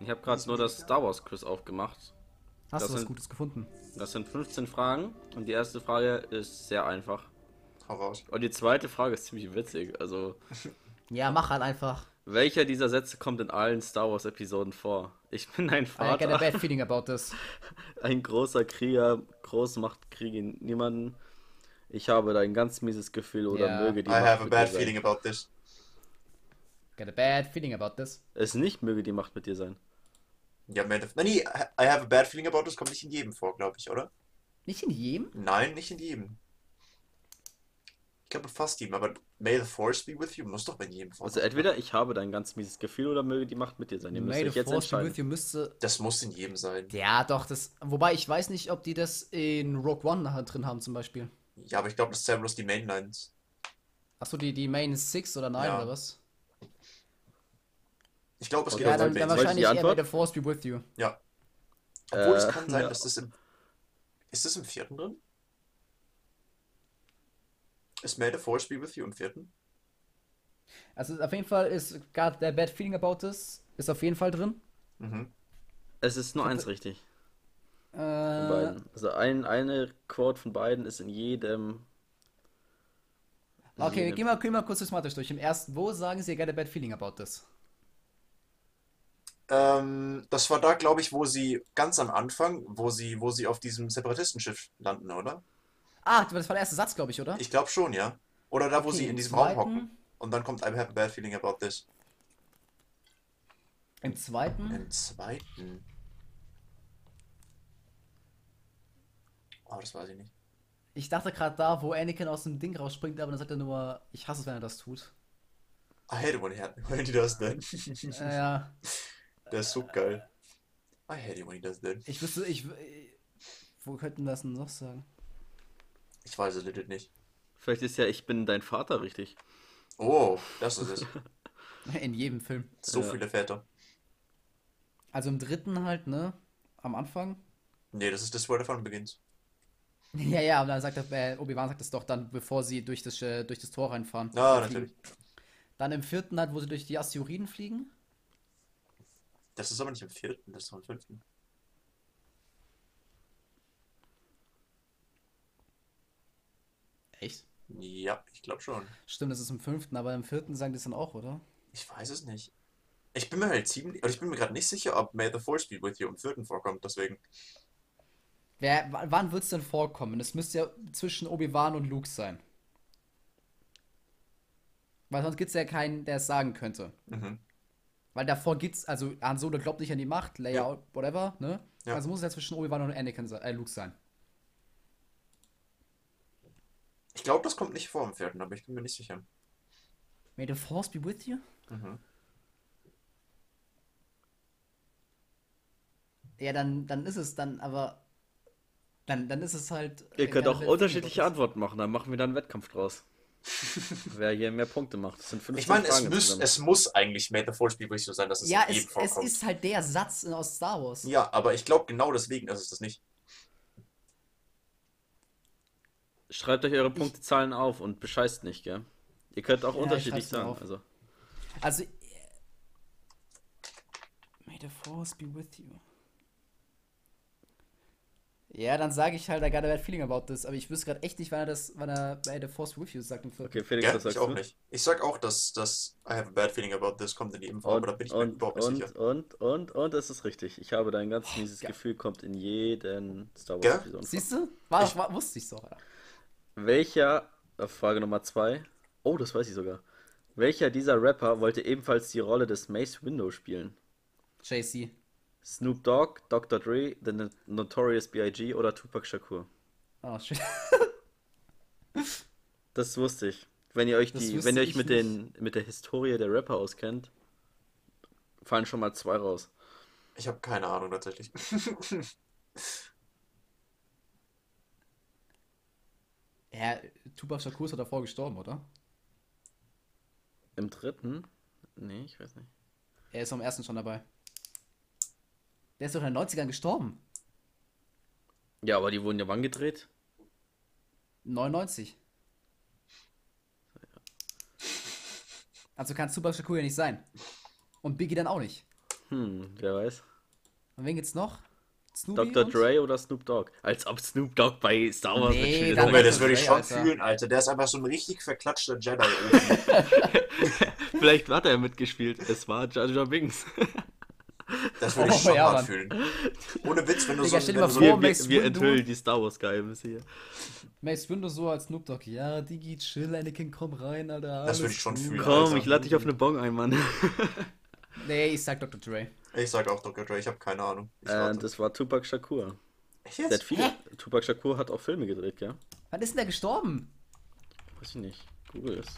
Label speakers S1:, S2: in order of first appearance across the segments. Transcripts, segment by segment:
S1: Ich habe gerade nur das Star Wars Quiz aufgemacht.
S2: Hast
S1: Das
S2: du was
S1: sind-
S2: Gutes gefunden?
S1: Das sind 15 Fragen und die erste Frage ist sehr einfach.
S3: Hau raus.
S1: Und die zweite Frage ist ziemlich witzig. Also,
S2: Ja, mach halt einfach.
S1: welcher dieser Sätze kommt in allen Star Wars Episoden vor? Ich bin ein
S2: I get a
S1: Vater,
S2: bad feeling about this.
S1: ein großer Krieger, groß macht Kriege niemanden. Ich habe da ein ganz mieses Gefühl oder
S2: Ja.
S1: möge die
S3: I
S1: Macht
S3: have a
S1: mit dir
S3: bad
S1: sein.
S3: feeling about this.
S2: Get a bad feeling about this.
S1: Es nicht möge die Macht mit dir sein.
S3: Ja, Man of... Nee, I have a bad feeling about this kommt nicht in jedem vor, glaube ich, oder?
S2: Nicht in jedem?
S3: Nein, nicht in jedem. Ich glaube fast jedem, aber May the Force be with you muss doch bei jedem vor.
S1: Also entweder ich habe da ein ganz mieses Gefühl oder möge die Macht mit dir sein. Ihr müsst
S2: Made
S1: euch
S2: of
S1: jetzt
S2: Force be
S1: entscheiden.
S2: with you müsste.
S3: Das muss in jedem sein.
S2: Ja, doch, das. Wobei ich weiß nicht, ob die das in Rogue One nachher drin haben, zum Beispiel.
S3: Ja, aber ich glaube, das zählen bloß die Mainlines.
S2: Achso, die, die Main ist 6 oder 9
S3: Ja.
S2: oder was?
S3: Ich glaube, es
S1: Okay,
S3: geht
S2: Ja,
S3: auch bei
S2: dann, dann
S1: Wollt ihr
S3: Mainlines.
S1: die
S2: wahrscheinlich eher
S1: Antwort?
S2: Made of Force be with you.
S3: Ja. Obwohl, es
S1: Äh,
S3: kann sein,
S1: ja.
S3: dass das im. Ist das im vierten drin? Ist May the Force be with you im vierten?
S2: Also auf jeden Fall ist Got a bad feeling about this. Ist auf jeden Fall drin.
S3: Mhm.
S1: Es ist nur eins richtig. Von
S2: Äh,
S1: beiden. Also ein, eine Quote von beiden ist in jedem.
S2: okay,
S1: jedem-
S2: gehen wir, gehen wir kurz systematisch durch. Im ersten, wo sagen sie I got a bad feeling about this?
S3: Ähm, das war da, glaube ich, wo sie ganz am Anfang, wo sie, wo sie auf diesem Separatistenschiff landen, oder?
S2: Ah, das war der erste Satz, glaube ich, oder?
S3: Ich glaube schon, ja. Oder da, wo
S2: Okay,
S3: sie
S2: im
S3: in diesem Raum
S2: zweiten-
S3: hocken. Und dann kommt I have a bad feeling about this.
S2: Im zweiten.
S3: Im zweiten. Oh, das weiß ich nicht.
S2: Ich dachte gerade da, wo Anakin aus dem Ding rausspringt, aber dann sagt er nur, ich hasse es, wenn er das tut.
S3: I hate it when he, when he does that.
S2: Äh, ja,
S3: Der ist so geil. I hate it when he does that.
S2: ich wüsste, ich. w- Wo könnten das denn noch sagen?
S3: Ich weiß es legit nicht.
S1: Vielleicht ist ja ich bin dein Vater richtig.
S3: Oh, das ist es.
S2: In jedem Film.
S3: So
S1: Ja.
S3: viele Väter.
S2: Also im dritten halt, ne? Am Anfang.
S3: Nee, das ist das, wo der von beginnt.
S2: Ja, ja, aber dann sagt er, äh, Obi-Wan sagt es doch dann, bevor sie durch das, äh, durch das Tor reinfahren.
S3: Ah,
S2: Fliegen.
S3: natürlich.
S2: Dann im vierten halt, wo sie durch die Asteroiden fliegen.
S3: Das ist aber nicht im vierten, das ist doch im fünften.
S2: Echt?
S3: Ja, ich glaube schon.
S2: Stimmt, das ist im fünften, aber im vierten sagen die es dann auch, oder?
S3: Ich weiß es nicht. Ich bin mir halt ziemlich, oder ich bin mir gerade nicht sicher, ob May the Force be with you im vierten vorkommt, deswegen.
S2: Wer, w- wann wird es denn vorkommen? Das müsste ja zwischen Obi-Wan und Luke sein. Weil sonst gibt es ja keinen, der es sagen könnte.
S3: Mhm.
S2: Weil davor gibt's, also Han Solo glaubt nicht an die Macht, Leia,
S3: Ja.
S2: whatever, ne?
S3: Ja.
S2: Also muss es ja zwischen Obi-Wan und Anakin, se- äh, Luke sein.
S3: Ich glaube, das kommt nicht vor im vierten, aber ich bin mir nicht sicher.
S2: May the Force be with you?
S3: Mhm.
S2: Ja, dann, dann ist es dann, aber. Dann, dann ist es halt.
S1: Ihr könnt
S2: keine
S1: auch
S2: Bad
S1: unterschiedliche
S2: Feeling about
S1: Antworten machen, dann machen wir dann einen Wettkampf draus. Wer hier mehr Punkte macht. Das sind 15
S3: Ich meine, es,
S1: Fragen
S3: müß,
S1: insgesamt.
S3: es muss eigentlich May the Force be with you sein, dass
S2: this.
S3: es
S2: Ja,
S3: in jedem
S2: es, es
S3: vorkommt.
S2: ist halt der Satz aus Star Wars.
S3: Ja, aber ich glaube, genau deswegen ist es das nicht.
S1: Schreibt euch eure Punktezahlen auf und bescheißt nicht, gell? Ihr könnt auch
S2: Ja, ich
S1: unterschiedlich
S2: schreib's mir
S1: sagen.
S2: auf.
S1: Also,
S2: Also. äh, May the force be with you. Ja, dann sage ich halt, I got a bad feeling about this, aber ich wüsste gerade echt nicht, wann er das, wann er May the force be with you sagt im vierten.
S1: okay, Felix,
S3: Gell?
S1: was sagst
S3: ich auch
S1: du?
S3: nicht. Ich sag auch, dass, dass I have a bad feeling about this kommt in jedem vor, aber da bin ich mir
S1: und,
S3: überhaupt nicht
S1: und,
S3: sicher.
S1: und, und, und, es ist richtig. Ich habe da ein ganz mieses
S2: geil.
S1: Gefühl, kommt in jeden Star
S3: Gell?
S1: Wars Episode.
S2: Siehst du? War,
S3: Ich-
S2: war, wusste ich so. Alter.
S1: Welcher, äh, Frage Nummer zwei. Oh, das weiß ich sogar. Welcher dieser Rapper wollte ebenfalls die Rolle des Mace Window spielen?
S2: JC.
S1: Snoop Dogg, Dr. Dre, The No- Notorious B.I.G. oder Tupac Shakur?
S2: Oh, schön.
S1: Das wusste ich. Wenn ihr euch
S2: Das
S1: die,
S2: wusste
S1: wenn ihr euch
S2: ich
S1: mit den, mit der Historie der Rapper auskennt, fallen schon mal zwei raus.
S3: Ich habe keine Ahnung tatsächlich.
S2: Ja, Tupac Shakur ist doch davor gestorben, oder?
S1: Im dritten? Nee, ich weiß nicht.
S2: Er ist am ersten schon dabei. Der ist doch in den 90ern gestorben.
S1: Ja, aber die wurden ja wann gedreht?
S2: 99. Also kann Tupac Shakur ja nicht sein. Und Biggie dann auch nicht.
S1: Hm, wer weiß.
S2: Und wen gibt's noch? Snoopy
S1: Dr.
S2: und?
S1: Dre oder Snoop Dogg? Als ob Snoop Dogg bei Star Wars
S2: Nee,
S1: mitspielt.
S2: dann
S3: Junge,
S2: Dr.
S3: Oh, das würde ich
S2: Dre,
S3: schon
S2: Alter.
S3: fühlen, Alter. Der ist einfach so ein richtig verklatschter Jedi. irgendwie.
S1: Vielleicht hat er mitgespielt. Es war Jar Jar Binks.
S3: Das würde ich
S2: Oh,
S3: schon
S2: ja,
S3: hart
S2: Mann.
S3: fühlen. Ohne Witz, wenn du
S2: Digga, stell
S3: so, wenn
S2: dir
S3: du
S2: mal
S3: so
S2: vor,
S1: Wir,
S3: einen
S2: Oh,
S1: wir,
S2: Max
S1: wir
S2: Windu.
S1: enthüllen die Star Wars Geheimnisse hier.
S2: Max Windows so als Snoop Dogg. Ja, Digi, chill, Anakin, komm rein, Alter.
S3: Das würde
S2: alles
S3: ich schon
S2: gut.
S3: fühlen.
S1: Komm,
S3: Alter.
S1: ich lade dich auf eine Bong ein, Mann.
S2: Nee, ich sag Dr. Dre.
S3: Ich sag auch Dr. Dre, ich habe keine Ahnung. Ich
S1: Äh,
S3: warte.
S1: das war Tupac Shakur.
S3: Echt
S1: Der hat
S3: jetzt?
S1: viele. Tupac Shakur hat auch Filme gedreht, gell?
S2: Wann ist denn der gestorben?
S1: Weiß ich nicht. Google ist.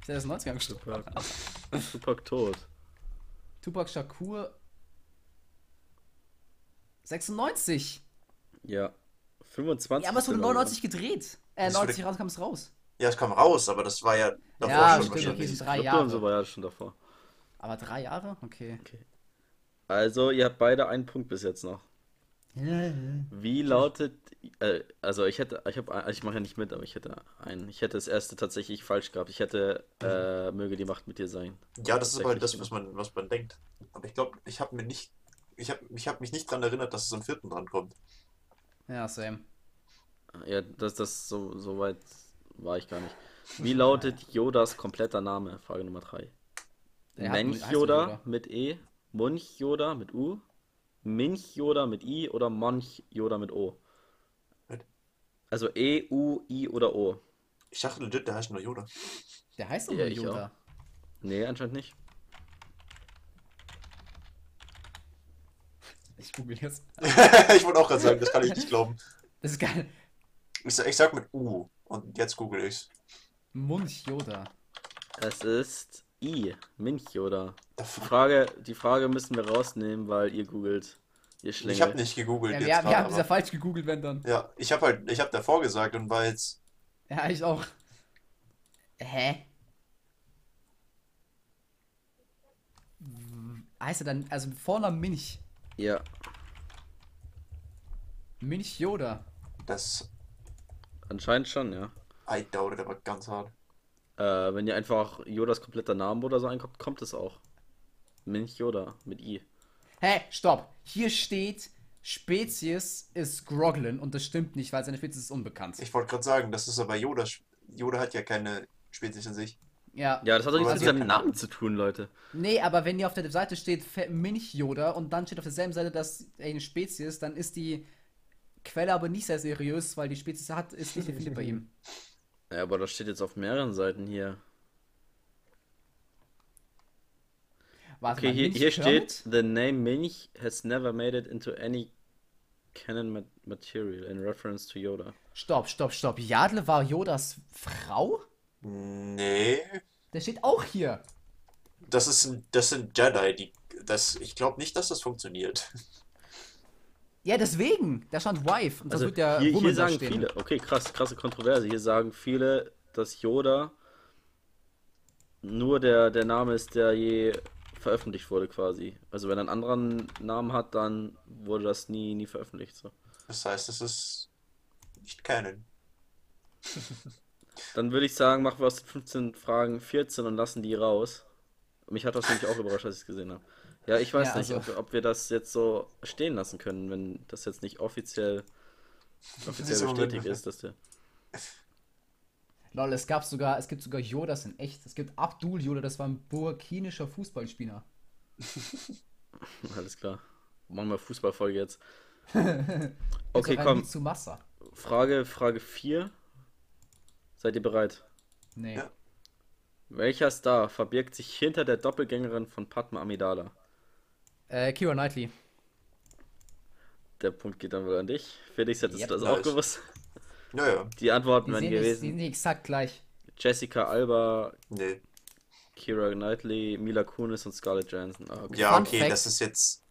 S2: Ist der aus den 90ern gestorben?
S1: Tupac. Tupac tot.
S2: Tupac Shakur. 96.
S1: Ja. 25.
S2: Ja, aber es wurde
S1: sogar,
S2: 99 gedreht. Äh,
S3: Genau. Das wurde-
S2: 90 raus kam es raus.
S3: Ja, es kam raus, aber das war ja
S2: Ja,
S3: davor schon
S2: stimmt, okay,
S3: wahrscheinlich.
S2: sind
S1: Ich
S2: drei
S1: glaub,
S2: Jahre.
S1: So war ja schon davor.
S2: Aber drei Jahre? Okay.
S1: Also, ihr habt beide einen Punkt bis jetzt noch. Wie lautet, äh, also ich hätte, ich habe, ich mache ja nicht mit, aber ich hätte einen. Ich hätte das erste tatsächlich falsch gehabt. Ich hätte,
S2: Mhm.
S1: äh, möge die Macht mit dir sein.
S3: Ja, das ist aber halt das,
S1: Tatsächlich,
S3: was man, was man denkt. Aber ich glaube, ich habe mir nicht, ich habe ich hab mich nicht dran erinnert, dass es am vierten dran kommt.
S2: Ja, same.
S1: Ja, das, das, so, so weit war ich gar nicht. Wie lautet Yodas kompletter Name? Frage Nummer 3.
S2: Der hat-
S1: Mench
S2: heißt
S1: Yoda
S2: Yoda.
S1: mit E, Munch Yoda mit U, Minch Yoda mit I oder Monch Yoda mit O?
S3: Mit-
S1: Also E, U, I oder O?
S3: Ich dachte legit, der heißt nur Yoda.
S2: Der heißt doch
S1: Ja,
S2: nur
S1: ich
S2: Yoda.
S1: Nee, anscheinend nicht.
S2: Ich google jetzt.
S3: ich wollte auch gerade sagen, das kann ich nicht glauben.
S2: Das ist geil.
S3: Ich, sa- ich sag mit U und jetzt google ich's.
S2: Munch Yoda.
S1: Es ist I, Minch Yoda. Die
S3: The fuck?
S1: Frage, die Frage müssen wir rausnehmen, weil ihr googelt. Ihr
S3: Ich habe
S1: Schlingel.
S3: nicht gegoogelt
S2: Ja,
S3: jetzt
S2: wir, haben- wir haben
S3: gerade,
S2: dieser
S3: aber,
S2: falsch gegoogelt, wenn dann.
S3: ja, ich habe halt, ich habe davor gesagt und war jetzt,
S2: Ja, ich auch. Hä? Heißt er dann, also Vornamen Minch.
S1: Ja,
S2: Minch Yoda.
S3: das,
S1: anscheinend schon, ja.
S3: I doubt it, aber ganz hart.
S1: Äh, wenn ihr einfach Yodas kompletter Name oder so einkommt, kommt es auch. Minch Yoda mit I.
S2: Hä, stopp. Hier steht, Spezies ist Groglin und das stimmt nicht, weil seine Spezies ist unbekannt.
S3: Ich wollte gerade sagen, das ist aber Yoda. Yoda hat ja keine Spezies in sich.
S2: Ja.
S1: Ja, das hat doch nichts
S3: Aber
S1: mit
S3: sie-
S1: seinem Namen zu tun, Leute.
S2: Nee, aber wenn hier auf der Seite steht Fe- Minch Yoda und dann steht auf derselben Seite, dass er eine Spezies, ist, dann ist die Quelle aber nicht sehr seriös, weil die Spezies hat, ist nicht definiert bei ihm.
S1: Ja, aber das steht jetzt auf mehreren Seiten hier.
S2: Warte
S1: Okay,
S2: mal,
S1: hier,
S2: Minch
S1: hier
S2: Kermit?
S1: steht, the name Minch has never made it into any canon ma- material in reference to Yoda.
S2: Stopp, stopp, stopp. Jadle war Yodas Frau?
S3: Nee,
S2: Der steht auch hier.
S3: das ist ein, das sind Jedi, die das ich glaube nicht, dass das funktioniert.
S2: Ja, deswegen. Da stand Wife. Und da
S1: Also
S2: wird der
S1: hier,
S2: Woman
S1: hier
S2: da
S1: sagen
S2: stehen.
S1: viele, okay, krass, krasse Kontroverse. Hier sagen viele, dass Yoda nur der, der Name ist, der je veröffentlicht wurde quasi. Also wenn er einen anderen Namen hat, dann wurde das nie, nie veröffentlicht. So.
S3: Das heißt, das ist nicht Canon.
S1: Dann würde ich sagen, machen wir aus den 15 Fragen 14 und lassen die raus. Mich hat das nämlich auch überrascht, als ich es gesehen habe. Ja, ich weiß
S2: Ja,
S1: nicht,
S2: also-
S1: ob, ob wir das jetzt so stehen lassen können, wenn das jetzt nicht offiziell, offiziell
S3: Wieso, Moment,
S1: bestätigt
S3: wieso?
S1: ist, dass der.
S2: Lol, es gab sogar, es gibt sogar Yodas in echt. Es gibt Abdul Yoda, das war ein burkinischer Fußballspieler.
S1: Alles klar. Machen wir Fußballfolge jetzt.
S2: Der ist
S1: Okay,
S2: auch ein
S1: komm.
S2: Zu Massa.
S1: Frage, Frage 4. Seid ihr bereit?
S2: Nee.
S3: Ja.
S1: Welcher Star verbirgt sich hinter der Doppelgängerin von Padma Amidala?
S2: Äh, Kira Knightley.
S1: Der Punkt geht dann wohl an dich. Felix, hättest
S2: Yep,
S1: du das
S3: nice.
S1: auch gewusst?
S3: Naja,
S1: Die Antworten
S2: Die
S1: wären
S2: sehen, nicht, die
S1: gewesen:
S2: sehen nicht exakt gleich.
S1: Jessica Alba,
S3: nee.
S1: Kira Knightley, Mila Kunis und Scarlett Johansson. Ah, okay.
S3: Ja,
S2: Fun
S3: okay,
S2: Fact.
S3: das ist jetzt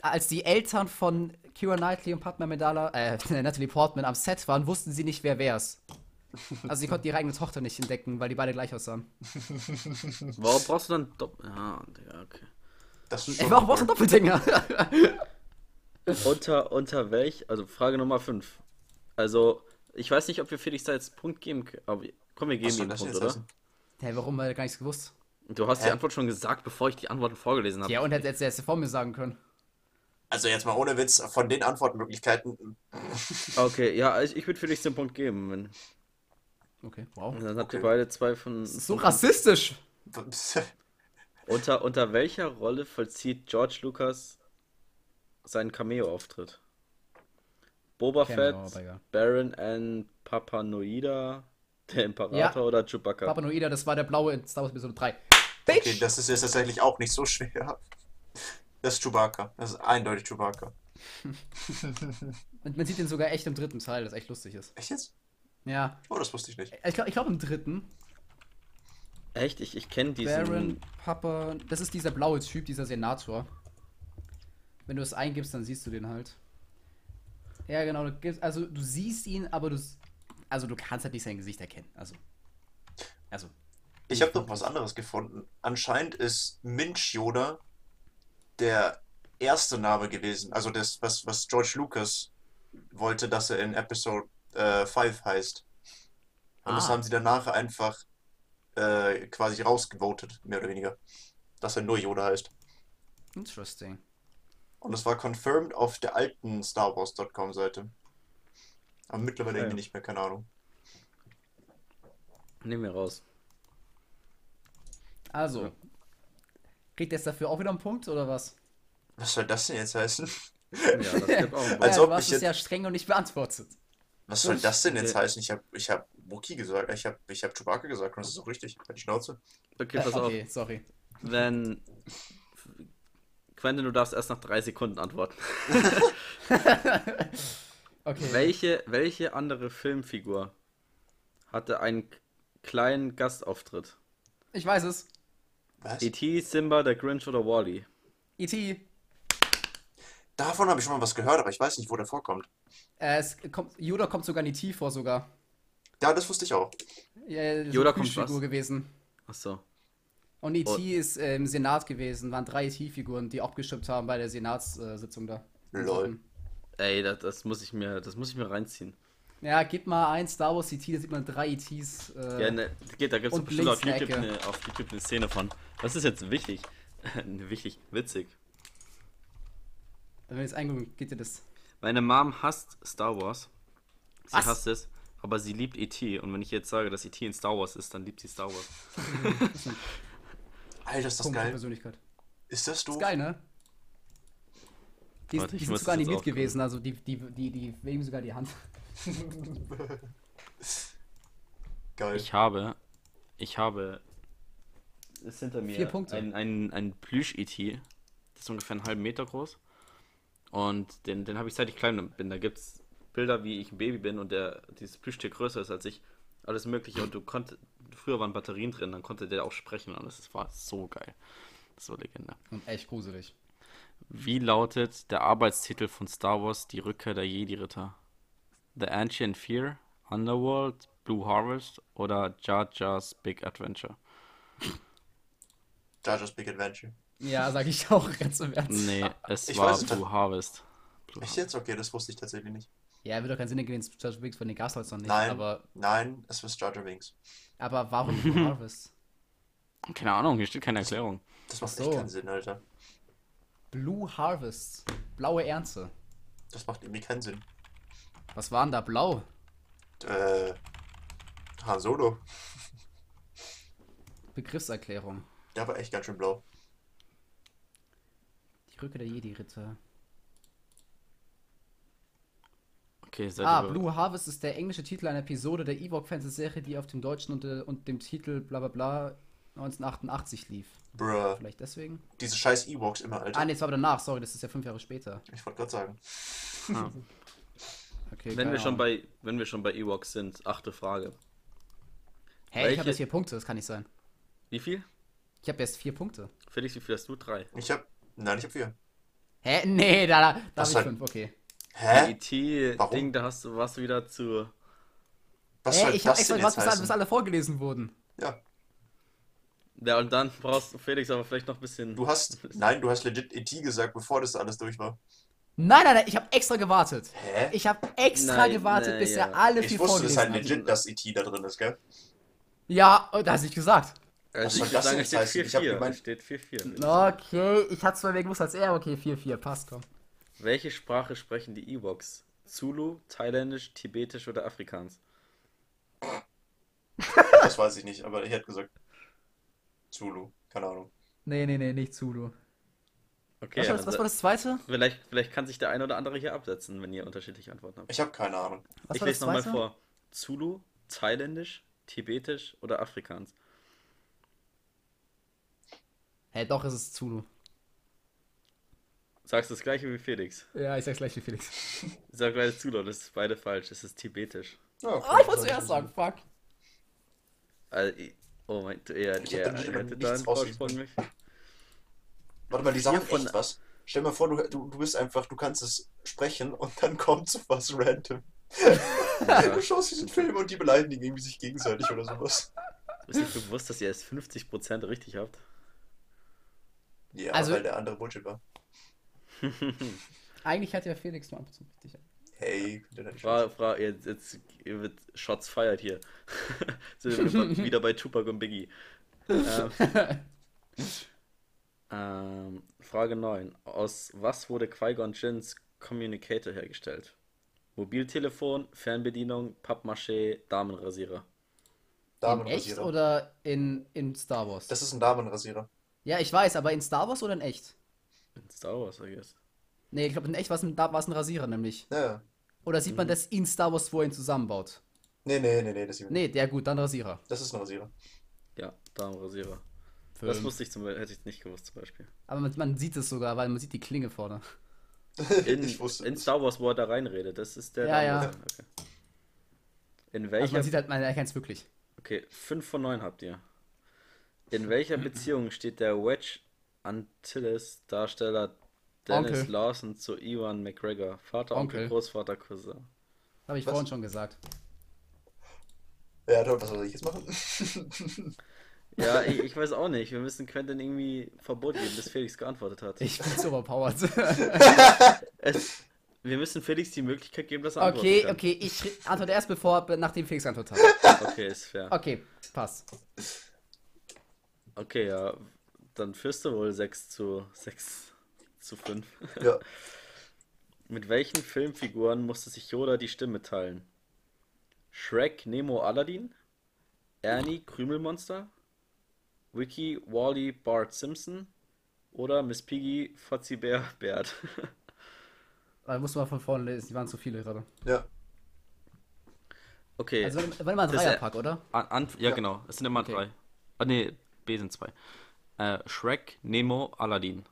S2: Als die Eltern von Kira Knightley und Padma Medala, äh, Natalie Portman am Set waren, wussten sie nicht, wer wer ist. Also sie konnten ihre eigene Tochter nicht entdecken, weil die beide gleich aussahen.
S1: Warum brauchst du dann Doppel. Ah, Digga, okay.
S3: das ist
S2: Ey,
S3: schon
S2: warum brauchst du
S3: cool.
S2: einen Doppeldinger?
S1: Unter, unter welch, also Frage Nummer 5. Also, ich weiß nicht, ob wir Felix da jetzt einen Punkt geben können. aber- Komm, wir geben
S3: Was
S1: ihm
S3: soll
S1: einen
S3: das
S1: Punkt,
S3: jetzt
S1: oder?
S3: heißen?
S2: Hä, warum hat er gar nichts gewusst?
S1: Du hast die
S3: Hä?
S1: Antwort schon gesagt, bevor ich die Antworten vorgelesen habe.
S2: Ja, und hätte jetzt erst vor mir sagen können.
S3: Also jetzt mal ohne Witz, von den Antwortmöglichkeiten.
S1: Okay, ja, ich, ich würde für dich den Punkt geben. Wenn,
S2: Okay, wow.
S1: dann habt ihr
S3: Okay.
S1: beide zwei von.
S2: So rassistisch.
S1: Unter, unter welcher Rolle vollzieht George Lucas seinen Cameo-Auftritt? Boba
S2: Cameo,
S1: Fett,
S2: aber egal.
S1: Baron N. Papanoida, der Imperator oder Chewbacca?
S2: Papa Noida, das war der blaue in Star Wars Episode 3.
S3: Okay,
S2: Bitch!
S3: das ist jetzt tatsächlich auch nicht so schwer. Das ist Chewbacca. Das ist eindeutig Chewbacca.
S2: Und man sieht den sogar echt im dritten Teil, das echt lustig ist.
S3: Echt jetzt?
S2: Ja.
S3: Oh, das wusste ich nicht.
S2: Ich glaube ich glaub im dritten.
S1: Echt? Ich, ich kenne diesen.
S2: Baron, Papa. Das ist dieser blaue Typ, dieser Senator. Wenn du es eingibst, dann siehst du den halt. Ja, genau. Du gibst, also du siehst ihn, aber du. s- Also du kannst halt nicht sein Gesicht erkennen. Also. Also.
S3: Ich habe noch was anderes gefunden. Anscheinend ist Minch Yoda der erste Name gewesen. Also das, was, was George Lucas wollte, dass er in Episode äh, 5 heißt. Und das
S2: Ah.
S3: haben sie danach einfach äh, quasi rausgevotet, mehr oder weniger. Dass er nur Yoda heißt.
S2: Interesting.
S3: Und das war confirmed auf der alten Star Wars.com Seite. Aber mittlerweile
S1: Okay.
S3: irgendwie nicht mehr, keine Ahnung.
S1: Nehmen wir raus.
S2: Also. Kriegt er jetzt dafür auch wieder einen Punkt oder was?
S3: Was soll das denn jetzt heißen?
S1: Ja, das gibt auch einen Punkt.
S3: Als
S2: ja,
S3: ob
S2: du hast
S3: ich
S2: es ja streng noch nicht beantwortet.
S3: Was soll das denn jetzt
S1: Der-
S3: heißen? Ich habe ich hab Wookie gesagt, ich habe ich hab Chewbacca gesagt und das ist auch richtig. Halt die Schnauze.
S1: Okay, pass
S2: Äh,
S1: auf.
S2: okay, sorry.
S1: Wenn. Quentin, du darfst erst nach drei Sekunden antworten.
S2: Okay.
S1: Welche, welche andere Filmfigur hatte einen k- kleinen Gastauftritt?
S2: Ich weiß es.
S3: Was?
S1: E.T., Simba, der Grinch oder Wally?
S2: E.T.
S3: Davon habe ich schon mal was gehört, aber ich weiß nicht, wo der vorkommt.
S2: Äh, es kommt, Yoda kommt sogar in E.T. vor sogar.
S3: Ja, das wusste ich auch.
S2: Ja, ja, das ist
S1: Yoda
S2: eine
S1: kommt
S2: Plüschfigur
S1: was? Oh.
S2: gewesen.
S1: Achso.
S2: Und E.T.
S1: Und-
S2: ist äh, im Senat gewesen, waren drei E.T.-Figuren, die abgestimmt haben bei der Senatssitzung da.
S3: Lol.
S1: Ey, das, das muss ich mir, das muss ich mir reinziehen.
S2: Ja, gib mal ein Star Wars E.T., da sieht man drei E.T.s. Äh,
S1: Ja, ne, geht, da gibt es
S2: Und
S1: bestimmt auf
S2: links eine
S1: YouTube, eine, auf YouTube eine Szene von. Das ist jetzt wichtig. wichtig, witzig.
S2: Wenn wir jetzt eingucken, geht dir das.
S1: Meine Mom hasst Star Wars. Sie
S2: Was?
S1: hasst es, aber sie liebt E.T. Und wenn ich jetzt sage, dass E.T. in Star Wars ist, dann liebt sie Star Wars.
S3: Alter, ist das
S2: Punkt
S3: geil.
S2: Persönlichkeit.
S3: Ist das doof?
S2: Ist geil, ne? Die,
S1: Warte,
S2: die
S1: ich
S2: sind
S1: muss
S2: sogar
S1: das jetzt
S2: animiert
S1: aufgucken.
S2: gewesen, also die, die, die, die weben sogar die Hand.
S3: Geil.
S1: Ich habe, ich habe, ist hinter mir
S2: Vier Punkte.
S1: ein, ein, ein Plüsch-E.T. Das ist ungefähr einen halben Meter groß. Und den, den habe ich seit ich klein bin. Da gibt es Bilder, wie ich ein Baby bin und der, dieses Plüschtier größer ist als ich. Alles Mögliche. Und du konntest, früher waren Batterien drin, dann konnte der auch sprechen. Und alles. das war so geil. So Legende.
S2: Und echt gruselig.
S1: Wie lautet der Arbeitstitel von Star Wars Die Rückkehr der Jedi-Ritter? The Ancient Fear, Underworld, Blue Harvest oder Jar Jar's Big Adventure?
S3: Chargers Big Adventure.
S2: Ja, sag ich auch ganz im Ernst.
S1: Nee, es
S3: Ah, Ich
S1: war
S3: weiß es
S1: Blue
S3: nicht.
S1: Harvest. Blue
S3: Echt jetzt? Okay, das wusste ich tatsächlich nicht.
S2: Ja, wird doch keinen Sinn ergeben, Josh Wicks von den Gasholz noch nicht.
S3: Nein.
S2: Aber,
S3: Nein, es ist Charger Wings.
S2: aber warum Blue Harvest?
S1: Harvest. Keine Ahnung, hier steht keine Erklärung.
S3: Das macht
S2: Ach so.
S3: echt keinen Sinn, Alter.
S2: Blue Harvest. Blaue Ernte.
S3: Das macht irgendwie keinen Sinn.
S2: Was waren da blau?
S3: Äh. Han Solo.
S2: Begriffserklärung.
S3: Der war echt ganz schön blau.
S2: Die Rücke der Jedi-Ritter.
S1: Okay, seid
S2: Ah,
S1: ihr be-
S2: Blue Harvest ist der englische Titel einer Episode der Ewok-Fernsehserie, die auf dem deutschen und, äh, und dem Titel bla bla bla 1988 lief.
S3: Bruh.
S2: Vielleicht deswegen?
S3: Diese scheiß Ewoks immer, Alter.
S2: Ah, nee, das war aber danach. Sorry, das ist ja fünf Jahre später.
S3: Ich wollte gerade sagen.
S2: Okay,
S1: wenn
S2: keine
S1: wir schon
S2: Ahnung.
S1: bei wenn wir schon bei Ewoks sind, achte Frage.
S2: Hä, ich
S1: welche-
S2: habe jetzt vier Punkte, das kann nicht sein.
S1: Wie viel?
S2: Ich habe erst vier Punkte.
S1: Felix, wie viel hast du? Drei.
S3: Ich hab. Nein, ich hab vier.
S2: Hä? Nee, da, da, da habe
S3: Was
S2: ich
S3: halt-
S2: fünf, okay.
S3: Hä? Warum?
S1: E.T.-Ding, E da hast du was wieder zu.
S3: Was
S2: Hä,
S3: soll
S2: ich habe
S3: das
S2: extra
S3: denn
S2: gewartet,
S3: jetzt
S2: bis, alle- bis
S3: heißen?
S2: alle vorgelesen wurden.
S3: Ja,
S1: Ja, und dann brauchst du Felix aber vielleicht noch ein bisschen.
S3: du hast, nein, du hast legit E.T. gesagt, bevor das alles durch war.
S2: Nein, nein, nein, ich habe extra gewartet.
S3: Hä?
S2: Ich habe extra
S1: Nein,
S2: gewartet,
S1: nein,
S2: bis
S1: ja.
S2: er alle
S3: Ich
S2: vier
S3: wusste das
S2: vorgelesen
S3: halt
S2: hat.
S3: legit, dass E.T. da drin ist, gell?
S2: Ja, da hast du nicht gesagt.
S3: Was
S1: Also
S3: soll
S1: ich würde
S3: das
S1: sagen,
S3: denn
S1: es steht
S3: jetzt heißen? Ich hab
S1: 4-4.
S3: gemeint-
S1: Es steht 4-4. würde ich sagen.
S2: Okay, ich hab's mal mehr gewusst als er. Okay, 4-4, passt, komm.
S1: Welche Sprache sprechen die Ewoks? Zulu, Thailändisch, Tibetisch oder Afrikaans?
S3: Das weiß ich nicht, aber ich hätte gesagt Zulu. Keine Ahnung.
S2: Nee, nee, nee, nicht Zulu.
S1: Okay, also
S2: Was, war das,
S1: dann
S2: was
S1: sa-
S2: war das zweite?
S1: Vielleicht, vielleicht kann sich der eine oder andere hier absetzen, wenn ihr unterschiedliche Antworten habt.
S3: Ich habe keine Ahnung.
S2: Was
S1: ich
S2: war das
S1: lese nochmal
S2: zweite?
S1: vor. Zulu, Thailändisch, Tibetisch oder Afrikaans?
S2: Hä, doch, es ist Zulu.
S1: Sagst du das gleiche wie Felix.
S2: Ja, ich sag's gleich wie Felix.
S1: Sag leider Zulu, das ist beide falsch. Es ist Tibetisch.
S3: Ja, okay,
S2: Oh, ich
S3: das
S2: wollte
S3: soll
S2: zuerst sagen, fuck.
S1: Also, i- oh mein, ja,
S3: Ich
S1: ja,
S3: hab damit
S1: ihr
S3: immer
S1: hättet da
S3: nichts
S1: einen
S3: rausgefunden.
S1: Vorsprung. mich.
S3: Warte mal, die sagen
S1: von-
S3: echt was. Stell mal vor, du, du, du bist einfach, du kannst es sprechen und dann kommt so was random.
S1: Ja.
S3: Du schaust diesen Film und die beleidigen irgendwie sich gegenseitig oder sowas.
S1: Ist nicht bewusst, dass ihr erst 50% richtig habt?
S3: Ja,
S2: Also-
S3: weil der andere Bullshit war.
S2: Eigentlich hat ja Felix nur 1% richtig.
S3: Hey, könnt ihr da nicht
S1: Fra, fra, jetzt, jetzt ihr wird Shots feiert hier. Sind wir wieder bei- wieder bei Tupac und Biggie. Ähm, ähm, Frage 9. Aus was wurde Qui-Gon Jins Communicator hergestellt? Mobiltelefon, Fernbedienung, Pappmaché, Damenrasierer.
S2: In echt
S3: Damenrasierer.
S2: oder in, in Star Wars?
S3: Das ist ein Damenrasierer.
S2: ja, ich weiß, aber in Star Wars oder in echt?
S1: In Star Wars, I guess.
S2: Nee, ich glaube, in echt war es ein, da war es ein Rasierer nämlich.
S3: Ja, ja.
S2: Oder sieht man
S1: Mhm.
S2: das in Star Wars, wo er ihn zusammenbaut?
S3: Nee, nee, nee, nee, das,
S2: Nee, der gut, dann Rasierer.
S3: das ist ein Rasierer.
S1: Ja, Damenrasierer. Das
S2: Film.
S1: wusste ich zum Beispiel, hätte ich nicht gewusst zum Beispiel.
S2: Aber man, man sieht es sogar, weil man sieht die Klinge vorne.
S1: In,
S3: ich wusste
S1: in
S3: es.
S1: Star Wars, wo er da reinredet, das ist der
S2: Ja, ja.
S1: Damenrasierer. Okay. In
S2: Also
S1: welcher
S2: man sieht halt, man erkennt es wirklich.
S1: Okay, 5 von 9 habt ihr. In welcher Beziehung steht der Wedge Antilles-Darsteller Dennis
S2: Onkel.
S1: Lawson zu Iwan McGregor? Vater, Onkel,
S2: Onkel.
S1: Großvater, Cousin.
S2: Habe ich
S3: Was?
S2: vorhin schon gesagt.
S3: Ja, toll, was soll ich jetzt machen?
S1: Ja, ich, ich weiß auch nicht. Wir müssen Quentin irgendwie Verbot geben, bis Felix geantwortet hat.
S2: Ich bin zu overpowered.
S1: Es, wir müssen Felix die Möglichkeit geben, dass er antworten
S2: okay,
S1: kann.
S2: okay, ich antworte erst bevor, nachdem Felix antwortet hat.
S1: Okay, ist fair.
S2: Okay, passt.
S1: Okay, ja. Dann führst du wohl 6 zu 6 zu 5.
S3: ja.
S1: Mit welchen Filmfiguren musste sich Yoda die Stimme teilen? Shrek, Nemo, Aladdin? Ernie, Krümelmonster? Wiki, Wally, Bart Simpson? Oder Miss Piggy, Fozzie Bär, Bert?
S2: Aber muss man von vorne lesen, die waren zu viele gerade.
S3: Ja.
S1: Okay.
S2: Also war immer ein
S1: Das ist-
S2: Dreierpack, oder?
S1: An, an, ja, genau. Es sind immer
S2: Okay.
S1: drei. Ah, nee, B sind zwei. Äh, Shrek, Nemo, Aladdin.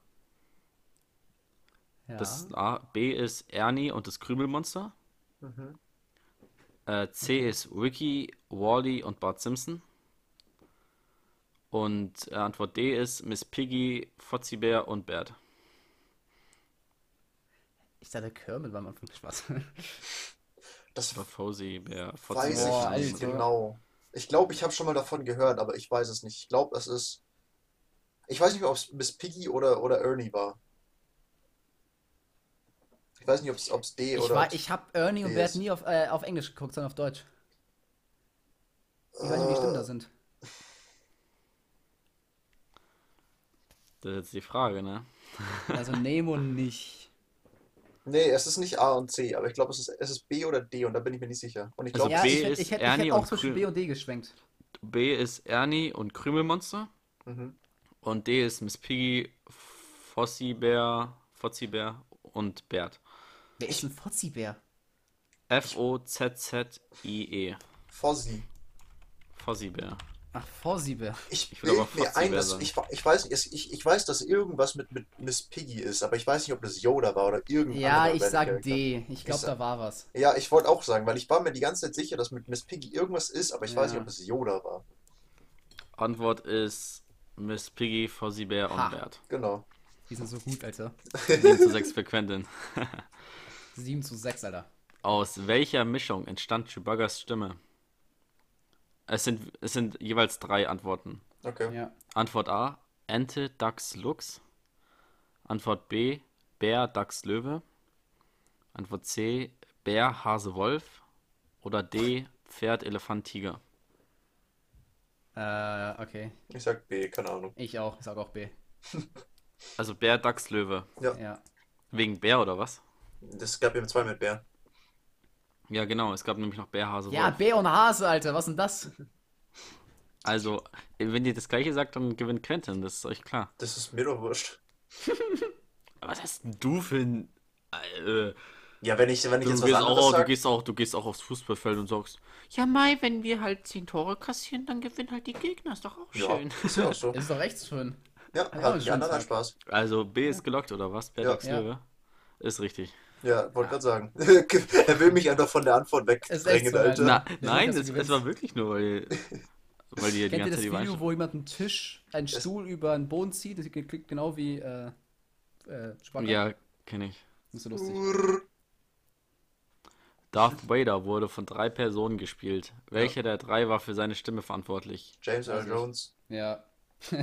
S2: Ja.
S1: Das ist A. B ist Ernie und das Krümelmonster.
S3: Mhm.
S1: Äh, C ist Wiki, Wally und Bart Simpson. Und äh, Antwort D ist Miss Piggy, Fotzibär und Bert.
S2: ich dachte, Kermit war am Anfang Spaß.
S3: Das
S1: Oder Fosie, Bär,
S3: weiß
S1: Fotzibär.
S2: Boah,
S3: ich nicht
S2: Alter.
S3: genau. Ich glaube, ich habe schon mal davon gehört, aber ich weiß es nicht. Ich glaube, es ist. Ich weiß nicht, ob es Miss Piggy oder, oder Ernie war. Ich weiß nicht, ob es- ob es D
S2: ich
S3: oder.
S2: war,
S3: ob's-
S2: ich habe Ernie und
S3: Yes.
S2: Bert nie auf, äh, auf Englisch geguckt, sondern auf Deutsch. Ich weiß nicht, wie die Stimmen da sind.
S1: Das ist jetzt die Frage, ne?
S2: Also Nemo nicht.
S3: Nee, es ist nicht A und C, aber ich glaube, es ist, es ist B oder D und da bin ich mir nicht sicher. Und ich
S1: Also
S3: glaube,
S2: ja,
S1: B
S2: ich,
S1: ist
S2: hätte- ich, hätte- ich
S1: Ernie
S2: hätte auch
S1: und
S2: zwischen
S1: Krü-
S2: B und D geschwenkt.
S1: B ist Ernie und Krümelmonster.
S3: Mhm.
S1: Und D ist Miss Piggy, Fossibär, Fotzibär und Bert.
S2: Wer ist ein Fotzibär?
S1: F-O-Z-Z-I-E.
S3: Fozzie.
S1: Fossibär.
S2: Ach, Fotzibär.
S3: Ich
S1: Ich will aber
S3: bild mir
S1: Fozzie
S3: ein,
S1: wer
S3: dass
S1: sein.
S3: ich, wa- ich weiß, es- ich, ich weiß, dass irgendwas mit, mit Miss Piggy ist, aber ich weiß nicht, ob das Yoda war oder irgendein
S2: Ja,
S3: anderer
S2: ich
S3: random
S2: sag
S3: Charakter.
S2: D. Ich glaube,
S3: Ich
S2: da war was.
S3: Ja, ich wollte auch sagen, weil ich war mir die ganze Zeit sicher, dass mit Miss Piggy irgendwas ist, aber ich weiß
S2: Ja.
S3: nicht, ob es Yoda war.
S1: Antwort ist Miss Piggy, Fossibär
S2: Ha.
S1: und Bert.
S3: Genau.
S2: Die sind so gut, Alter.
S1: 7 zu 6 für Quentin.
S2: 7 zu 6, Alter.
S1: Aus welcher Mischung entstand Chewbacca's Stimme? Es sind, es sind jeweils drei Antworten.
S3: Okay.
S2: Ja.
S1: Antwort A: Ente, Dachs, Luchs. Antwort B: Bär, Dachs, Löwe. Antwort C: Bär, Hase, Wolf. Oder D: Pferd, Elefant, Tiger.
S2: Äh, okay.
S3: Ich sag B, keine Ahnung.
S2: Ich auch. Ich sag auch B.
S1: Also Bär, Dachs, Löwe.
S2: Ja.
S1: Wegen Bär oder was?
S3: Das gab eben zwei mit Bär.
S1: Ja, genau. Es gab nämlich noch Bär, Hase,
S2: Ja,
S1: Wolf.
S2: B und Hase, Alter. Was denn das?
S1: Also, wenn ihr das gleiche sagt, dann gewinnt Quentin. Das ist euch klar.
S3: Das ist mir doch wurscht.
S1: Was hast denn du für ein... Äh,
S3: Ja, wenn ich, wenn ich
S1: Du
S3: jetzt was
S1: gehst,
S3: anderes
S1: auch, du,
S3: sag,
S1: gehst auch, du gehst auch aufs Fußballfeld und sagst, ja Mai, wenn wir halt zehn Tore kassieren, dann gewinnen halt die Gegner, ist doch auch
S3: ja,
S1: schön.
S3: ist ja auch so.
S2: Ist doch echt schön.
S3: Ja,
S2: Ja,
S3: hat die
S2: schön
S3: anderen
S2: sagen.
S3: einen Spaß.
S1: Also B ist gelockt, oder was? Wer
S3: Ja.
S1: sagt's,
S2: Ja.
S1: Löwe? Ist richtig.
S3: Ja, wollte gerade sagen. er will mich einfach von der Antwort
S2: echt
S3: wegdrängen,
S2: so,
S3: Alter.
S2: Ja.
S1: Na,
S2: Ich
S1: nein,
S2: denk, dass du
S1: es, es
S2: gewinnst.
S1: war wirklich nur, weil, weil die die
S2: Kennt ihr
S1: ganze
S2: das
S1: Zeit die
S2: Video,
S1: Weichen.
S2: wo jemand einen Tisch, einen Stuhl über einen Boden zieht? Das klingt genau wie äh, äh, Chewbacca.
S1: Ja, kenne ich.
S2: Das ist so lustig.
S1: Darth Vader wurde von drei Personen gespielt. Welcher der drei war für seine Stimme verantwortlich?
S3: James Earl
S2: Also-
S3: Jones.
S2: Ja. ist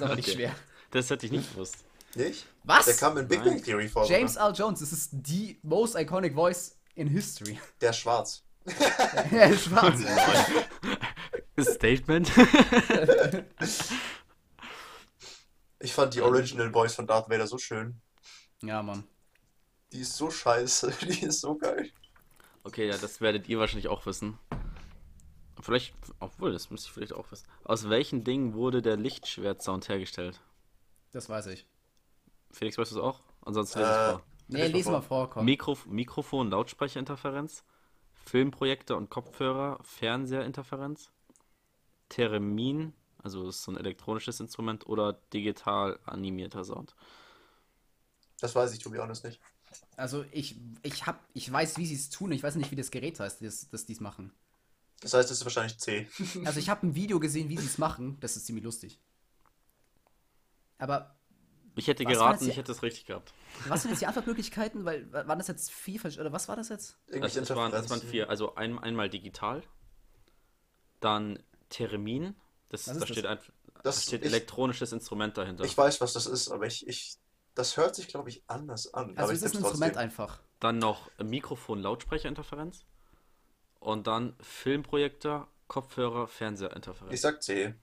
S2: aber nicht
S1: Okay.
S2: schwer.
S1: Das hätte ich nicht gewusst.
S3: Nicht?
S2: Was?
S3: Der kam in Big Bang
S1: Nein.
S3: Theory vor.
S2: James
S3: oder?
S2: Earl Jones, das ist die most iconic voice in history.
S3: Der ist schwarz.
S2: Er ist schwarz.
S1: Statement?
S3: Ich fand die Original Boys von Darth Vader so schön.
S2: ja, Mann.
S3: Die ist so scheiße. Die ist so geil.
S1: Okay, ja, das werdet ihr wahrscheinlich auch wissen. Vielleicht, obwohl, das müsste ich vielleicht auch wissen. Aus welchen Dingen wurde der Lichtschwert-Sound hergestellt?
S2: Das weiß ich.
S1: Felix, weißt du es auch? Ansonsten lese
S3: Äh,
S1: ich
S2: Nee,
S3: Lies
S2: lies
S3: mal
S2: mal vor,
S1: vor.
S2: komm.
S1: Mikro Mikrofon, Lautsprecherinterferenz, Filmprojekte und Kopfhörer, Fernseherinterferenz, Theremin, also das ist so ein elektronisches Instrument, oder digital animierter Sound.
S3: Das weiß ich, to be honest, nicht.
S2: Also ich, ich hab, ich weiß, wie sie es tun. Ich weiß nicht, wie das Gerät heißt, das, das die's machen.
S3: Das heißt, es ist wahrscheinlich C.
S2: Also ich habe ein Video gesehen, wie sie es machen. Das ist ziemlich lustig. Aber
S1: Ich hätte
S2: Was war
S1: geraten,
S2: das
S1: ich
S2: hier?
S1: hätte es richtig gehabt.
S2: was sind jetzt die Antwortmöglichkeiten? Weil wa- waren das jetzt vier versch- oder was war das jetzt?
S1: Das,
S3: Irgendwelche
S1: das, Also waren, das waren
S3: Interferenzen.
S1: vier. Also ein, einmal digital, dann Theremin, das,
S2: Was
S1: da
S2: ist das?
S1: steht, ein, da
S3: Das-
S1: steht
S3: ich-
S1: elektronisches Instrument dahinter.
S3: Ich weiß, was das ist, aber ich, ich, das hört sich, glaube ich, anders an.
S2: Also
S3: aber
S2: es
S3: ich
S2: ist ein
S3: tipp's
S2: Instrument
S3: trotzdem.
S2: einfach.
S1: Dann noch Mikrofon-Lautsprecherinterferenz und dann Filmprojektor, Kopfhörer,
S3: Ich
S1: Fernseherinterferenz.
S3: sag C.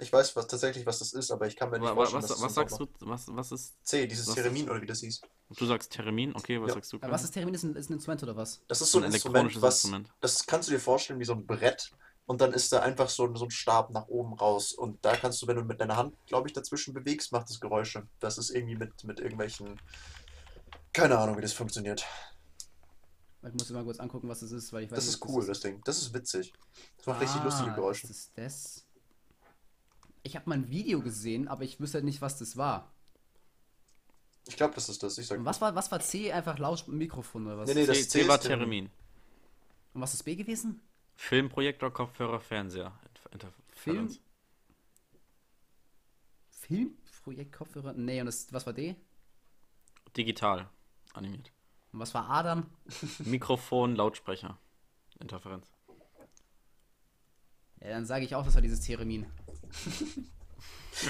S3: Ich weiß was, tatsächlich, was das ist, aber ich kann mir nicht
S1: Wa- wa-
S3: vorstellen,
S1: was,
S3: dass das
S1: was
S3: so
S1: sagst
S3: war.
S1: du? Was, was ist?
S3: C, dieses
S1: was-
S3: Theremin oder wie das hieß.
S1: Du sagst Theremin, okay, was
S3: Ja.
S1: sagst du?
S2: Aber was ist Termin? Ist ein, ist ein Instrument oder was?
S3: Das ist so ein,
S1: Ein elektronisches
S3: Instrument, was,
S1: Instrument.
S3: das kannst du dir vorstellen wie so ein Brett und dann ist da einfach so, ein- so ein Stab nach oben raus und da kannst du, wenn du mit deiner Hand, glaube ich, dazwischen bewegst, macht das Geräusche. Das ist irgendwie mit, mit irgendwelchen, keine Ahnung, wie das funktioniert.
S2: Ich muss mir mal kurz angucken, was das ist, weil ich weiß
S3: Das
S2: nicht,
S3: ist
S2: was
S3: cool, das Ding. Das ist witzig. Das macht richtig
S2: Ah,
S3: lustige Geräusche.
S2: Das ist das. Ich habe mal ein Video gesehen, aber ich wüsste halt nicht, was das war.
S3: Ich glaube, das ist das. Ich sag,
S2: Und was war, was war C? Einfach laut Mikrofon oder was?
S3: Nee, nee,
S1: C,
S3: das
S1: C war
S3: ist Theremin.
S1: Theremin.
S2: Und was ist B gewesen?
S1: Filmprojektor, Kopfhörer, Fernseher. Inter
S2: Film?
S1: Interferenz.
S2: Filmprojekt Kopfhörer? Nee, und das, was war D?
S1: Digital animiert.
S2: Und was war A dann?
S1: Mikrofon, Lautsprecher. Interferenz.
S2: Ja, dann sage ich auch, das war dieses Theremin.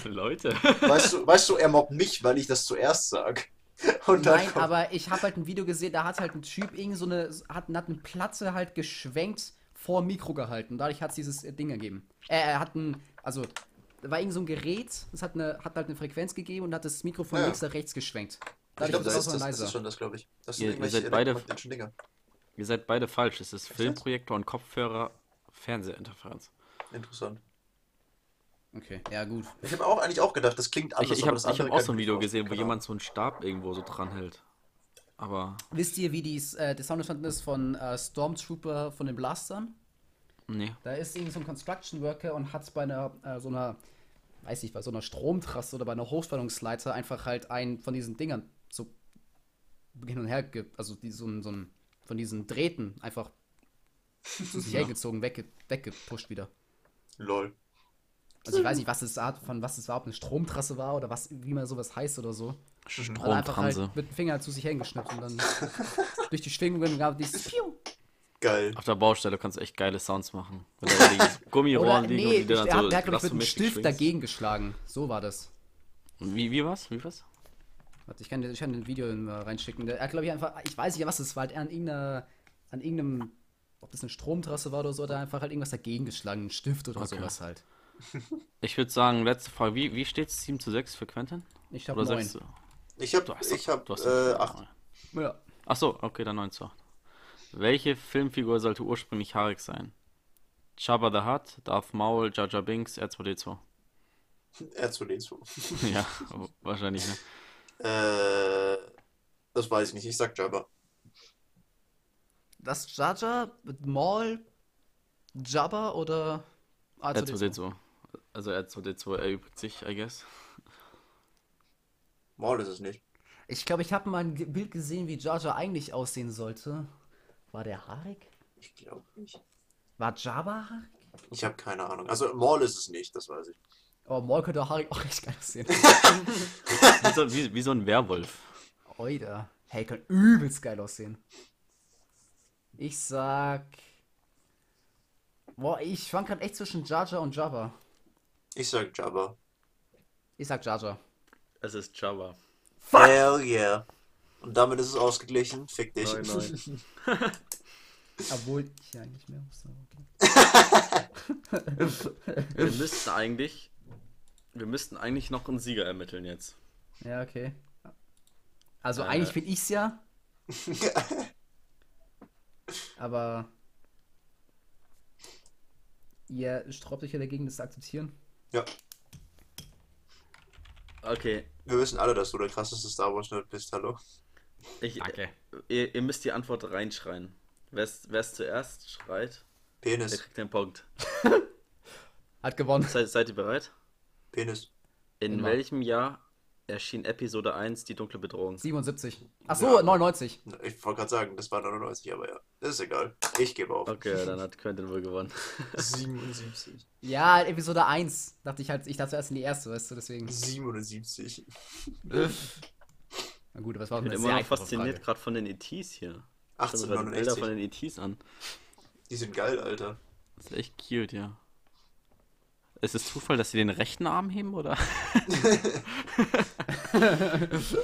S1: Leute.
S3: Weißt du, weißt du, er mobbt mich, weil ich das zuerst sag. Und dann
S2: Nein,
S3: kommt,
S2: aber ich habe halt ein Video gesehen, da hat halt ein Typ irgend so eine, hat, hat eine Platte halt geschwenkt vor Mikro gehalten. Und dadurch hat es dieses äh, Ding ergeben. Äh, er hat ein, also, da war irgend so ein Gerät, das hat, eine, hat halt eine Frequenz gegeben und hat das Mikrofon
S3: Ja.
S2: links nach rechts geschwenkt.
S3: ich
S2: Dadurch
S3: glaube,
S2: wird
S3: das,
S2: es
S3: ist
S2: auch so
S3: das, das ist
S2: leiser.
S3: schon das, glaube ich.
S1: Ihr-
S3: Das sind
S1: ihr
S3: irgendwelche
S1: seid beide-
S3: elektromagnetischen Dinger.
S1: Ihr seid beide falsch. Es ist
S3: jetzt?
S1: Filmprojektor und Kopfhörer, Fernsehinterferenz.
S3: Interessant.
S2: Okay, ja gut.
S3: Ich habe auch eigentlich auch gedacht, das klingt
S1: Ich,
S3: anders.
S1: ich
S3: aber
S1: habe
S3: das
S1: ich hab
S3: andere
S1: auch
S3: kann
S1: so ein
S3: ich
S1: Video
S3: nicht
S1: gesehen, wo
S3: genau.
S1: jemand so einen Stab irgendwo so dran hält. Aber
S2: Wisst ihr, wie dies, äh, das Soundeffekt ist von äh, Stormtrooper von den Blastern?
S1: nee.
S2: Da ist irgend so ein Construction Worker und hat bei einer, äh, so einer, weiß nicht, bei so einer Stromtrasse oder bei einer Hochspannungsleiter einfach halt einen von diesen Dingern so hin und her, ge also die, so, ein, so ein, von diesen Drähten einfach zu sich hergezogen, wegge weggepusht wieder.
S3: Lol.
S2: Also ich weiß nicht, was das Art von was es überhaupt eine Stromtrasse war oder was, wie man sowas heißt oder so.
S3: Mhm.
S2: Hat einfach
S1: Stromtranse.
S2: halt mit dem Finger zu sich hingeschnippt und dann durch die Schwingungen gab es dieses Piu.
S3: Geil.
S1: Auf der Baustelle kannst du echt geile Sounds machen. Wenn da die
S2: Oder
S1: Gummirohren liegen
S2: nee,
S1: und die
S2: der
S1: dann
S2: hat,
S1: so
S2: der hat glaub ich, mit einem
S1: blastomäßig
S2: Stift
S1: schwingst.
S2: dagegen geschlagen. So war das.
S1: Wie, wie was? Wie was?
S2: Warte, ich kann, dir- ich kann dir ein Video in, äh, reinschicken. Der hat, glaube ich, einfach, ich weiß nicht, was es war, halt an, irgendeiner, an irgendeinem ob das eine Stromtrasse war oder so, hat er einfach halt irgendwas dagegen geschlagen, einen Stift oder
S1: Okay.
S2: sowas halt.
S1: Ich würde sagen, letzte Frage. Wie, wie steht's 7 zu 6 für Quentin?
S2: Ich habe
S1: Oder
S2: neun.
S1: sagst du?
S3: Ich hab,
S1: Du hast,
S3: ich hab,
S1: du hast
S3: äh, acht.
S2: Ja.
S1: Ach so, okay, dann 9 zu 8. Welche Filmfigur sollte ursprünglich haarig sein? Jabba the Hutt, Darth Maul, Jar Jar Binks, R2D2.
S3: R2D2.
S1: ja, wahrscheinlich, ne?
S3: Äh, das weiß ich nicht. Ich sag Jabba.
S2: Das Jaja, Maul, Jabba oder
S1: Äh,
S2: R2D2?
S1: R2D2. Also R2D2 erübrigt sich, I guess.
S3: Maul ist es nicht.
S2: Ich glaube, ich habe mal ein Ge- Bild gesehen, wie Jaja eigentlich aussehen sollte. War der haarig?
S3: Ich glaube nicht.
S2: War Jabba haarig?
S3: Ich habe keine Ahnung. Also Maul ist es nicht, das weiß ich.
S2: Aber Oh, Maul könnte auch haarig auch echt geil aussehen.
S1: Wie so, wie, wie so ein Werwolf.
S2: Oida. Hey, kann übelst geil aussehen. Ich sag. Boah, ich schwank gerade echt zwischen Jaja und Jabba.
S3: Ich sag Jabba.
S2: Ich sag Jaja.
S1: Es ist Jabba.
S3: Hell yeah. Und damit ist es ausgeglichen. Fick dich.
S1: Nein, nein.
S2: Obwohl ich ja eigentlich mehr wusste. aber Okay.
S1: Wir müssten eigentlich, wir müssten eigentlich noch einen Sieger ermitteln jetzt.
S2: Ja, okay. Also
S1: Äh.
S2: eigentlich bin ich's ja. aber ihr sträubt euch ja dagegen, das zu akzeptieren.
S3: Ja,
S1: Okay,
S3: wir wissen alle, dass du der krasseste Star Wars Nerd bist. Hallo.
S1: ich,
S2: Danke.
S1: Ihr, ihr müsst die Antwort reinschreien. Wer es zuerst schreit, der
S3: Penis.
S1: kriegt den Punkt.
S2: Hat gewonnen.
S1: Seid, seid ihr bereit?
S3: Penis.
S1: In
S2: Immer.
S1: welchem Jahr erschien Episode 1 Die dunkle Bedrohung?
S2: 77. Achso,
S3: Ja.
S2: 99.
S3: Ich wollte gerade sagen, das war 99, aber ja. Das ist egal. Ich gebe auf.
S1: Okay, dann hat Quentin wohl gewonnen.
S3: 77.
S2: Ja, Episode 1. Dachte ich halt, ich dachte zuerst in die erste, weißt du, deswegen.
S3: 77.
S2: Na gut, aber es war
S1: Ich bin
S2: eine
S1: immer
S2: sehr
S1: noch
S2: einfache
S1: fasziniert
S2: Frage.
S1: gerade von den ETs hier. Schauen wir gerade Bilder von
S3: 1869.
S1: den ETs an.
S3: Die sind geil, Alter.
S1: Das ist echt cute, ja. Ist es Zufall, dass sie den rechten Arm heben, oder?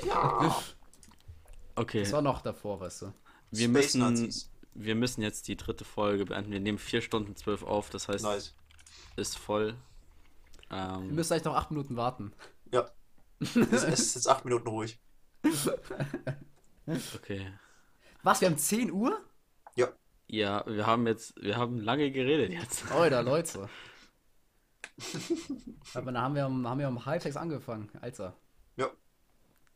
S3: Ja.
S1: Okay,
S2: Es war noch davor, weißt du.
S1: wir
S3: Space
S1: müssen,
S3: Nazis.
S1: wir müssen jetzt die dritte Folge beenden. Wir nehmen 4 Stunden 12 auf, das heißt,
S3: Nice.
S1: ist voll.
S2: Ihr
S1: Ähm,
S2: müsst eigentlich noch 8 Minuten warten.
S3: Ja. Es es ist jetzt 8 Minuten ruhig.
S1: okay.
S2: Was, wir haben 10 Uhr?
S3: Ja.
S1: Ja, wir haben jetzt, wir haben lange geredet jetzt.
S2: Alter, Leute. Aber dann haben wir, um, haben wir um Halbsex angefangen, Alter.
S3: Ja.
S1: Ja,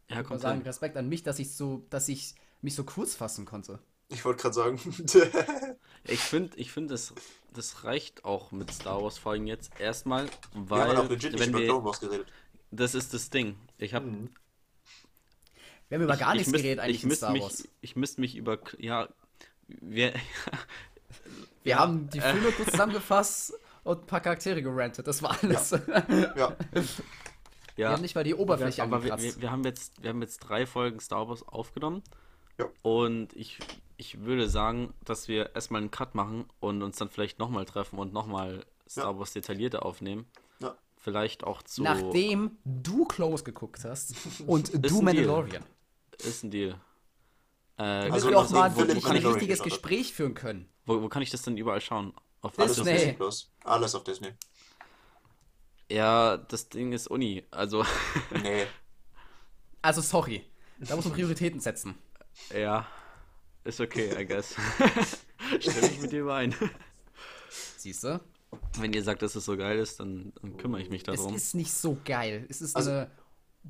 S2: Ich muss
S1: kommt
S2: sagen,
S1: dann.
S2: Respekt an mich, dass ich so, dass ich mich so kurz fassen konnte.
S3: Ich wollte gerade sagen.
S1: Ich finde, ich finde, das, das reicht auch mit Star Wars Folgen jetzt erstmal,
S3: wir haben
S1: weil
S3: auch legit nicht
S1: wenn
S3: über
S1: wir,
S3: Clone Wars geredet.
S1: das ist das Ding. Ich habe
S3: Mhm.
S2: Wir haben über gar
S1: ich
S2: nichts
S1: müsst-
S2: geredet eigentlich
S1: ich
S2: in
S1: müsst
S2: Star
S1: mich,
S2: Wars.
S1: Ich müsste mich über, ja, wir,
S2: Wir haben
S1: Äh.
S2: die Filme kurz zusammengefasst und ein paar Charaktere gerantet. Das war alles. Wir
S3: Ja.
S1: ja.
S2: haben nicht mal die Oberfläche
S1: aber wir,
S2: angekratzt.
S1: wir, wir haben jetzt, wir haben jetzt drei Folgen Star Wars aufgenommen.
S3: Ja.
S1: Und ich, ich würde sagen, dass wir erstmal einen Cut machen und uns dann vielleicht nochmal treffen und nochmal Star Wars detaillierter aufnehmen.
S3: Ja.
S1: Vielleicht auch zu.
S2: Nachdem du Close geguckt hast und du
S1: ein Deal.
S2: Mandalorian.
S1: Ist ein Deal. Äh,
S2: Damit
S3: Also
S2: wir auch
S3: nachdem
S2: mal ein
S3: du
S2: wirklich ein
S3: Mandalorian
S2: richtiges
S3: geschaut hast.
S2: Gespräch führen können.
S1: wo, wo kann ich das denn überall schauen? Auf
S2: Disney.
S3: Alles auf
S1: Amazon?
S2: Nee.
S3: Disney Plus. Alles auf Disney.
S1: Ja, das Ding ist Uni. Also,
S3: Nee.
S2: Also sorry. Da muss man Prioritäten setzen.
S1: ja. Ist okay, I guess. Stimme ich mit dir überein.
S2: Siehst du?
S1: Wenn ihr sagt, dass es so geil ist, dann, dann kümmere ich mich
S2: Es
S1: darum.
S2: ist nicht so geil. Es ist
S3: Also-
S2: eine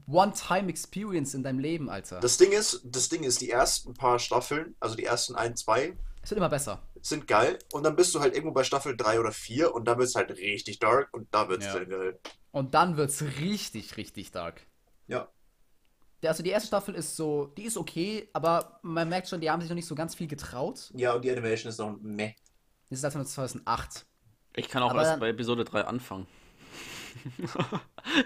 S2: One-Time-Experience in deinem Leben, Alter.
S3: Das Ding ist, das Ding ist, die ersten paar Staffeln, also die ersten ein, zwei,
S2: Es wird immer besser.
S3: sind geil. Und dann bist du halt irgendwo bei Staffel drei oder vier und dann wird's halt richtig dark und da wird's
S2: Ja.
S3: dann geil.
S2: Und dann wird's richtig, richtig dark.
S3: Ja.
S2: Ja, Also die erste Staffel ist so, die ist okay, aber man merkt schon, die haben sich noch nicht so ganz viel getraut.
S3: Ja, und die Animation ist noch ein meh.
S2: Das ist erst von 2008.
S1: Ich kann auch
S2: Aber
S1: erst
S2: dann-
S1: bei Episode 3 anfangen.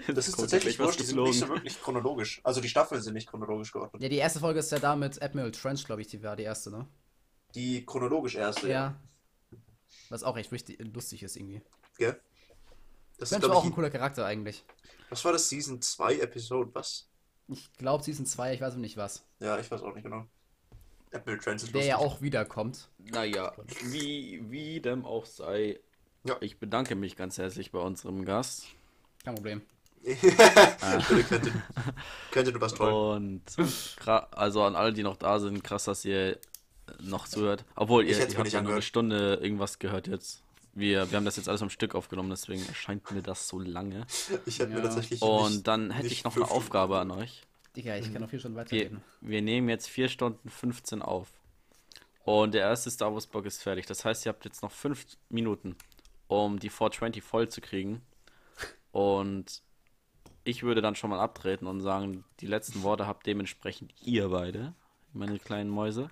S3: Das ist
S1: kommt
S3: tatsächlich
S1: gleich was
S3: wurscht, die sind nicht so
S1: geflogen.
S3: wirklich chronologisch. Also die Staffeln sind nicht chronologisch geordnet.
S2: Ja, die erste Folge ist ja da mit Admiral Trench, glaube ich, die war die erste, ne?
S3: Die chronologisch erste, ja.
S2: Ja. Was auch echt richtig lustig ist irgendwie.
S3: Gell? Das ist,
S2: Trench war
S3: glaub
S2: auch
S3: ich,
S2: ein cooler Charakter eigentlich.
S3: was war das Season 2 Episode? Was?
S2: Ich glaube, Season 2, ich weiß noch nicht was.
S3: Ja, ich weiß auch nicht genau. Apple Transit
S2: der ja
S3: lustig.
S2: auch wiederkommt.
S1: Naja, wie, wie dem auch sei.
S3: Ja.
S1: Ich bedanke mich ganz herzlich bei unserem Gast.
S2: Kein Problem.
S3: Bitte, Quentin. Quentin, du warst toll.
S1: Und gra- also an alle, die noch da sind, krass, dass ihr noch zuhört. Obwohl,
S3: Ich
S1: ihr,
S3: hätt's
S1: ihr
S3: mir
S1: habt
S3: nicht
S1: ja nur eine
S3: angehört.
S1: Stunde irgendwas gehört jetzt. Wir, wir haben das jetzt alles am Stück aufgenommen, deswegen erscheint mir das so lange.
S3: Ich hätte mir
S2: Ja.
S3: tatsächlich
S1: Und
S3: nicht,
S1: dann hätte
S3: nicht
S1: ich noch
S3: fünf
S1: eine
S3: Stunden-
S1: Aufgabe an euch.
S2: Digga, ich kann auch viel schon
S1: Wir,
S2: weiterreden.
S1: wir nehmen jetzt 4 Stunden 15 auf. Und der erste Star Wars Block ist fertig. Das heißt, ihr habt jetzt noch 5 Minuten, um die 420 voll zu kriegen. Und ich würde dann schon mal abtreten und sagen, die letzten Worte habt dementsprechend ihr beide, meine kleinen Mäuse.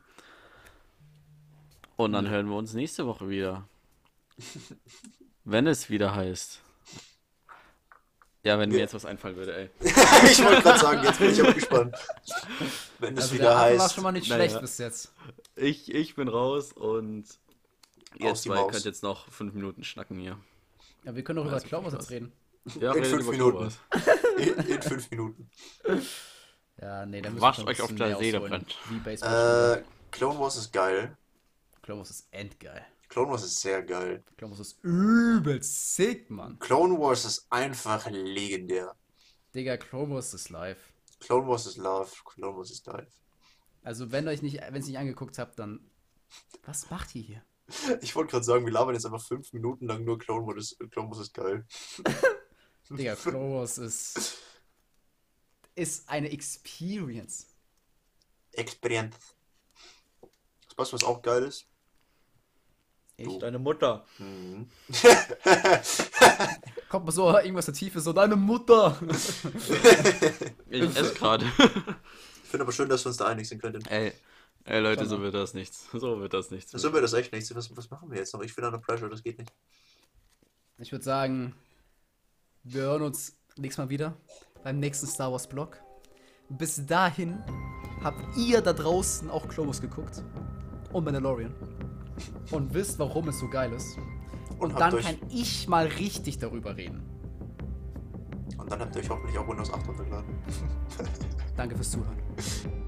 S1: Und dann hören wir uns nächste Woche wieder. Wenn es wieder heißt. Ja, wenn mir jetzt was einfallen würde, ey.
S3: ich wollte gerade sagen, jetzt bin ich auch gespannt. Wenn es
S2: Also der
S3: wieder
S2: Anfang war
S3: heißt.
S2: schon mal nicht
S1: naja.
S2: schlecht bis jetzt.
S1: Ich, ich bin raus und ihr
S3: Aus die
S1: zwei
S3: Maus.
S1: könnt jetzt noch fünf Minuten schnacken hier.
S2: Ja, wir können doch über
S1: Also,
S2: Klaubers
S1: Spaß.
S2: jetzt reden.
S1: Ja,
S3: In
S1: redet
S3: fünf
S1: über
S3: Minuten.
S1: Klobos.
S3: in, in fünf Minuten.
S2: Ja, nee, dann müssen
S1: Wascht
S2: schon ein
S1: euch auf
S2: bisschen
S1: der
S2: mehr
S1: Seele
S2: ausholen.
S1: brennt.
S2: Wie Baseball.
S3: Äh, Clone Wars ist geil.
S2: Klaubers ist endgeil.
S3: Clone Wars ist sehr geil.
S2: Klaubers ist übel sick, Mann.
S3: Clone Wars ist einfach legendär.
S2: Digga, Klaubers ist live.
S3: Clone Wars ist Love, Clone Wars ist Life.
S2: Also wenn euch nicht, wenn ihr nicht angeguckt habt, dann was macht ihr hier?
S3: Ich wollte gerade sagen, wir labern jetzt einfach fünf Minuten lang nur Clone Wars ist, Clone Wars ist geil.
S2: Digga, Klaubers ist ist eine Experience.
S3: Experience. Das was was auch geil ist.
S2: Echt?
S1: Deine Mutter.
S3: Mhm.
S2: Kommt mal so irgendwas der Tiefe, so deine Mutter.
S1: Ich esse gerade.
S3: Ich finde aber schön, dass wir uns da einig sind, Quentin.
S1: ey, ey, Leute, so wird das nichts. So wird das nichts.
S3: Sind wir das echt nicht? Was, was machen wir jetzt noch? Ich bin under pressure, das geht nicht.
S2: Ich würde sagen, wir hören uns nächstes Mal wieder beim nächsten Star Wars Blog. Bis dahin habt ihr da draußen auch Clobus geguckt und Mandalorian und wisst, warum es so geil ist. Und,
S3: habt
S2: dann
S3: euch,
S2: kann ich mal richtig darüber reden.
S3: und dann habt ihr euch hoffentlich auch Windows 8 runtergeladen.
S2: Danke fürs Zuhören.